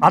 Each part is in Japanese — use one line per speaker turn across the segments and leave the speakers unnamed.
あ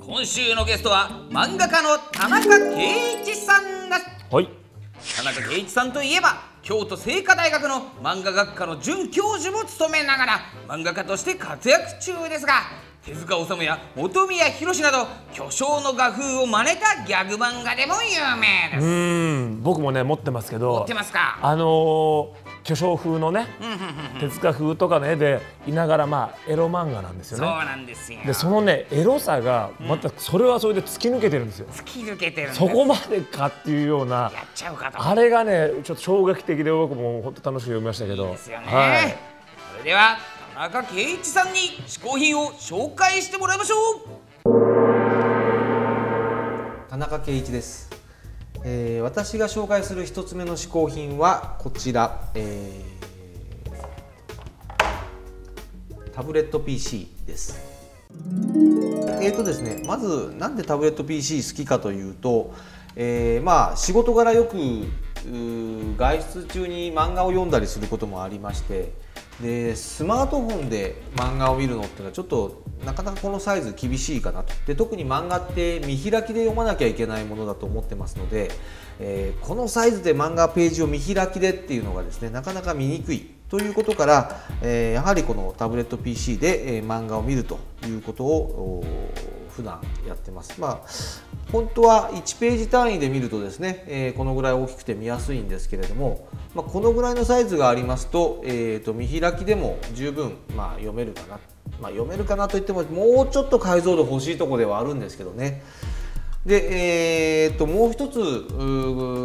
今週のゲストは漫画家の田中圭一さんだ
はい
田中圭一さんといえば京都精華大学の漫画学科の准教授も務めながら漫画家として活躍中ですが手塚治虫や本宮宏など巨匠の画風を真似たギャグ漫画でも有名で
う
す
ーん僕もね持ってますけど
持ってますか
あのー巨匠風のね手塚風とかの絵でいながらまあエロ漫画なんですよ
そう
ね
なんですよ
でそのねエロさがまたそれはそれで突き抜けてるんですよ、
突き抜けてるんです
そこまでかっていうような
やっちゃうかと
あれがねちょっと衝撃的で僕も本当楽しく読みましたけど
いいですよね、
はい、
それでは田中圭一さんに嗜好品を紹介してもらいましょう
田中圭一です、えー私が紹介する一つ目の嗜好品はこちら、えータブレット PC ですえーとですね、まずなんでタブレット PC 好きかというと、えーまあ、仕事柄よくうー外出中に漫画を読んだりすることもありましてでスマートフォンで漫画を見るのっていうのはちょっとなかなかこのサイズ厳しいかなとで特に漫画って見開きで読まなきゃいけないものだと思ってますので、えーこのサイズで漫画ページを見開きでっていうのがですねなかなか見にくいということから、えーやはりこのタブレット PC で、えー漫画を見るということをおー普段やってます。まあ本当は1ページ単位で見るとですね、えーこのぐらい大きくて見やすいんですけれども、まあ、このぐらいのサイズがありますと,、えーと見開きでも十分、まあ、読めるかな、まあ、読めるかなといってももうちょっと解像度欲しいところではあるんですけどね。で、えー、ともう一つう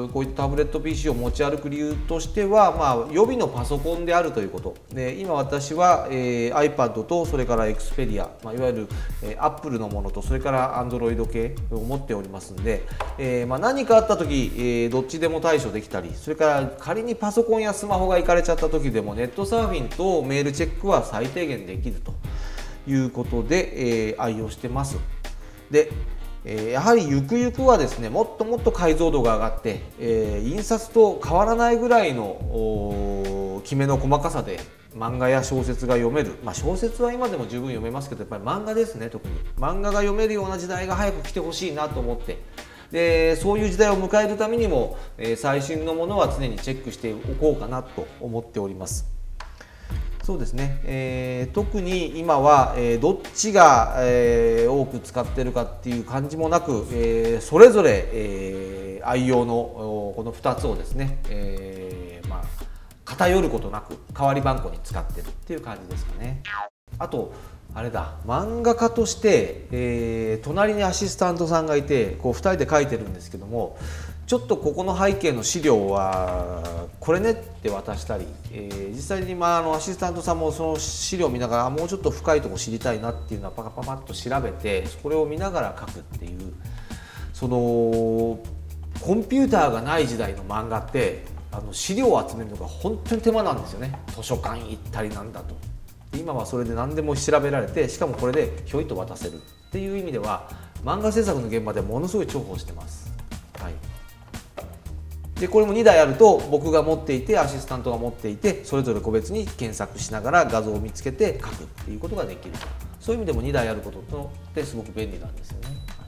ーこういったタブレット PC を持ち歩く理由としては、まあ、予備のパソコンであるということで今私は、えー iPad とそれから Xperia、まあ、いわゆる、えー Apple のものとそれから Android 系を持っておりますんで、えーまあ、何かあった時、えーどっちでも対処できたりそれから仮にパソコンやスマホがいかれちゃった時でもネットサーフィンとメールチェックは最低限できるということで、えー愛用してます。で、えーやはりゆくゆくはですねもっともっと解像度が上がって、えー印刷と変わらないぐらいのおーきめの細かさで漫画や小説が読める、まあ、小説は今でも十分読めますけどやっぱり漫画ですね特に漫画が読めるような時代が早く来てほしいなと思ってでそういう時代を迎えるためにも、えー最新のものは常にチェックしておこうかなと思っております。そうですね、えー特に今は、えーどっちが、えー多く使ってるかっていう感じもなく、えーそれぞれ、えー愛用のおこの2つをですね、えーまあ、偏ることなく代わり番号に使ってるっていう感じですかね。あとあれだ漫画家として、えー隣にアシスタントさんがいてこう2人で書いてるんですけどもちょっとここの背景の資料はこれねって渡したり、えー実際に、まあ、あのアシスタントさんもその資料を見ながらあもうちょっと深いとこ知りたいなっていうのはパカパパッと調べてこれを見ながら書くっていうそのコンピューターがない時代の漫画ってあの資料を集めるのが本当に手間なんですよね図書館行ったりなんだとで今はそれで何でも調べられてしかもこれでひょいと渡せるっていう意味では漫画制作の現場でものすごい重宝してます、はい、でこれも2台あると僕が持っていてアシスタントが持っていてそれぞれ個別に検索しながら画像を見つけて書くっていうことができるそういう意味でも2台あることってすごく便利なんですよね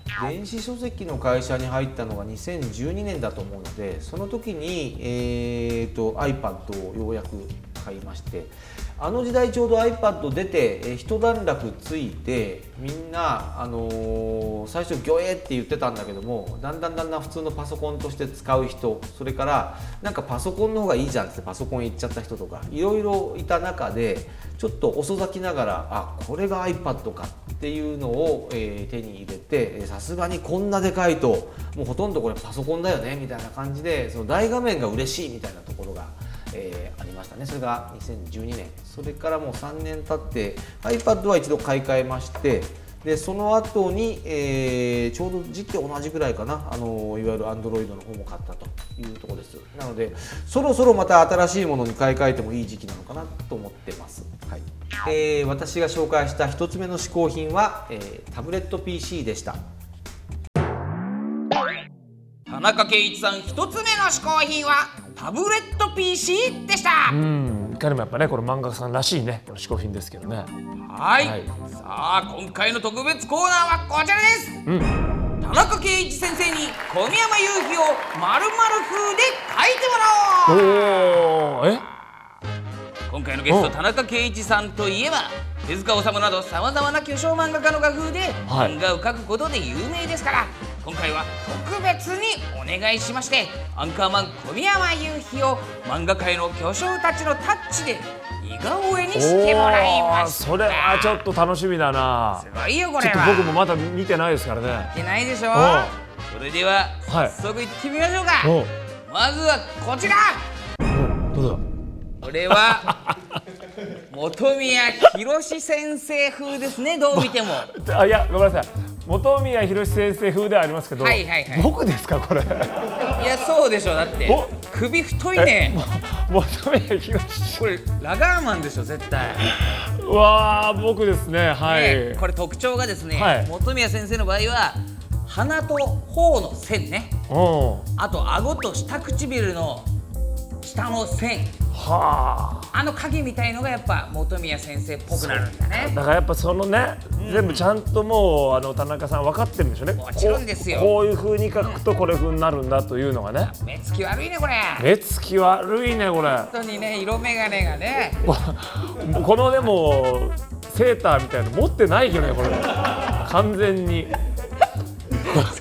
はい電子書籍の会社に入ったのが2012年だと思うのでその時に、えー、と iPad をようやく買いましてあの時代ちょうど iPad 出て、えー一段落ついてみんな、あのー最初「魚影」って言ってたんだけどもだんだんだんだん普通のパソコンとして使う人それからなんかパソコンの方がいいじゃんってパソコン行っちゃった人とかいろいろいた中でちょっと遅咲きながらあこれが iPad かっていうのを、えー手に入れてえーさすがにこんなでかいともうほとんどこれパソコンだよねみたいな感じでその大画面が嬉しいみたいなところが。えーありましたねそれが2012年それからもう3年経って iPad は一度買い替えましてでその後に、えーちょうど時期同じぐらいかなあのいわゆる Android の方も買ったというところですなのでそろそろまた新しいものに買い替えてもいい時期なのかなと思ってます、はいえー私が紹介した1つ目の試行品は、えータブレット PC でした
田中圭一さん一つ目の試行品はタブレット PC でした
うんいかにもやっぱねこの漫画家さんらしいねこの嗜好品ですけどね
はい
はい
さあ今回の特別コーナーはこちらです、
うん
田中圭一先生に小宮山雄飛をまるまる風で書いてもらおう
おおえ
今回のゲス
う
ト
ん
田中圭一さんといえば手塚治虫などさまざまな巨匠漫画家の画風で
はい
漫画を描くことで有名ですから、今回は特別にお願いしましてアンカーマン小宮山雄飛を漫画界の巨匠たちのタッチで似顔絵にしてもらいました
おーそれはちょっと楽しみだな
すごいよこ
ちょ
れ
っと
は
僕もまだ見てないですからね
いけないでしょ
う
それでは
はい
早速行ってみましょうか、
おう
まずはこちら
おうどうだ
これは本宮博先生風ですねどう 見ても
あいやごめんなさい本宮博先生風ではありますけど、
はいはいはい
僕ですかこれ
いやそうでしょだって
お
首太いね
本宮博
これラガーマンでしょ絶対、
うわあ僕ですねはい、
ねこれ特徴がですね、
はい
本宮先生の場合は鼻と頬の線ね
うんは
あと顎と下唇の下の線
あ
あの影みたいのがやっぱ本宮先生っぽくなるんだね
だからやっぱそのね、全部ちゃんともうあの田中さん分かってるんでしょうね
もちろんですよ
こうこういう風に書くとこれ風になるんだというのがね
目つき悪いねこれ
目つき悪いねこれ
本当にね色眼鏡がね
ここのでもセーターみたいなの持ってないよねこれ完全に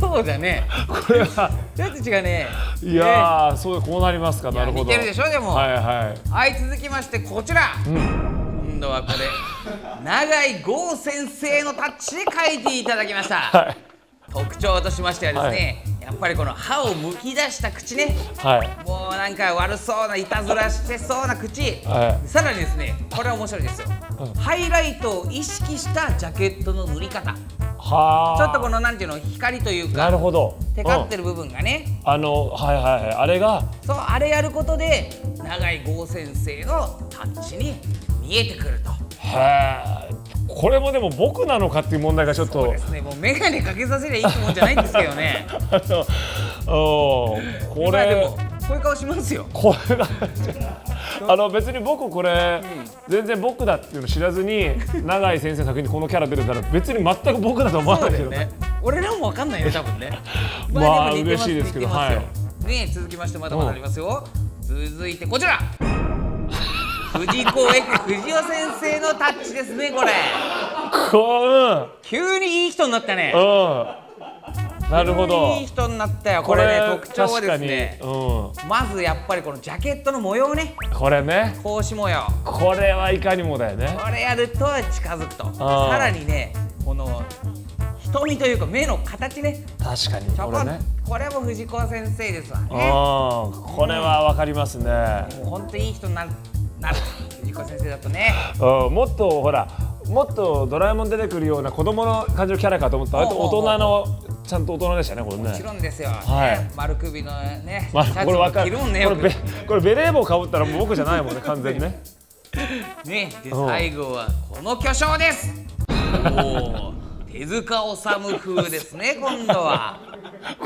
そうだね
これは
ちょっと違うね
いやーそうこうなりますかなるほど
似てるでしょでも
はいはい
はい続きましてこちら、今度はこれ永井剛先生のタッチで書いていただきました、
はい
特徴としましてはですね、やっぱりこの歯をむき出した口ね
はい
もうなんか悪そうないたずらしてそうな口、
はい
さらにですねこれは面白いですよ、
うん
ハイライトを意識したジャケットの塗り方ち
はあ
ょっとこのなんていうの光という
なる
か
ほど
テカって
る、
る部分がね、
うんあのはいはいはいあれが
そうあれやることで永井剛先生のタッチに見えてくると
へえこれもでも僕なのかっていう問題がちょっ
そう
と
ですねもう眼鏡かけさせりゃいいってもんじゃないんですけ どね
あのうんこ
まあで
れ
もこういう顔しますよ
これがあの別に僕これ、全然僕だっていうの知らずに永井先生の作品にこのキャラ出るなら別に全く僕だと思わ
そ
な
う
い
だ
け
よ
ど、
ね俺らもわかんないね多分ね
まあ
でも似てま
嬉しいですけど
似てますよね続きましてまだまだありますよ続いてこちら 藤子 F 藤尾先生のタッチですねこれ
こう
急にいい人になったね
うん、うん、なるほど
急にいい人になったよこれね特徴はです
確
ね
かに、う
まずやっぱりこのジャケットの模様ね
ん、これね
格子模様
これはいかにもだよね
これやると近づくと
あー
さらにねこの瞳というか目の形ね
確かに
ちょ
こ
こ
れ
っ
ね
これも藤子先生ですわ
うん
ね
これはわかりますね、
もうほんといい人になるなる藤子先生だとね
うん、もっとほらもっとドラえもん出てくるような子供の感じのキャラかと思ったらあれと大人のちゃんと大人でしたねこれ
もち
ね
ろんですよ、
はい
ね丸首のねシ
まあ、
ャ
これわ
ツ
かる
も着る
こ
もんね
れ
よく
ベこれベレー帽かぶったらもう僕じゃないもん ね完全にね
ねで
うん
最後はこの巨匠ですおー手塚治虫風です ね今度は、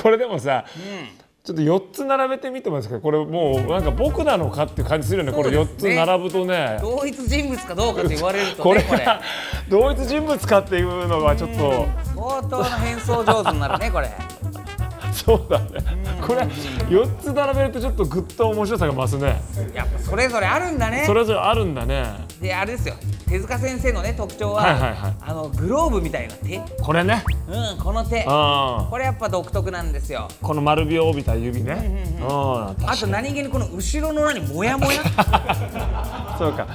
これでもさ
うん、
ちょっと4つ並べてみてもらうんですけどこれもうなんか僕なのかっていう感じするよねこれ
そう
4
です
つ
ね
並ぶとね
同一人物かどうかと言われるとね
これ
これ
が同一人物かっていうのがちょっと
相当な変装上手になるねこれ
そうだねこれ4つ並べるとちょっとぐっと面白さが増すね
やっぱそれぞれあるんだね
それぞれあるんだね
であれですよ手塚先生のね特徴は,、
はいはいはい
あのグローブみたいな手
これね
うんこの手
あ
これやっぱ独特なんですよ
この丸みを帯びた指ねうん
あと何気にこの後ろの何モヤモ ヤ
そうか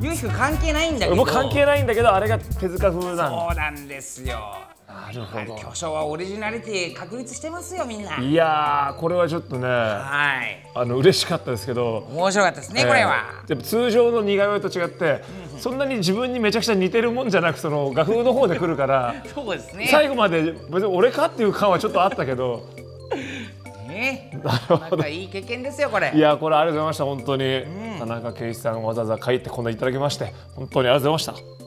ゆうひくん関係ないんだけど
僕関係ないんだけどあれが手塚風なんだ
そうなんですよ
なるほ
巨匠はオリジナリティ確立してますよみんない
やーこれはちょっとねあ
はい
の嬉しかったですけど
面白かったですね、これは
えーやっぱ通常の似顔絵と違ってそんなに自分にめちゃくちゃ似てるもんじゃなくその画風の方で来るから
そうですね
最後まで別に俺かっていう感はちょっとあったけど
ねまたいい経験ですよこれ
いやーこれありがとうございました本当に、田中圭一さんわざわざ帰ってこんないただきまして本当にありがとうございました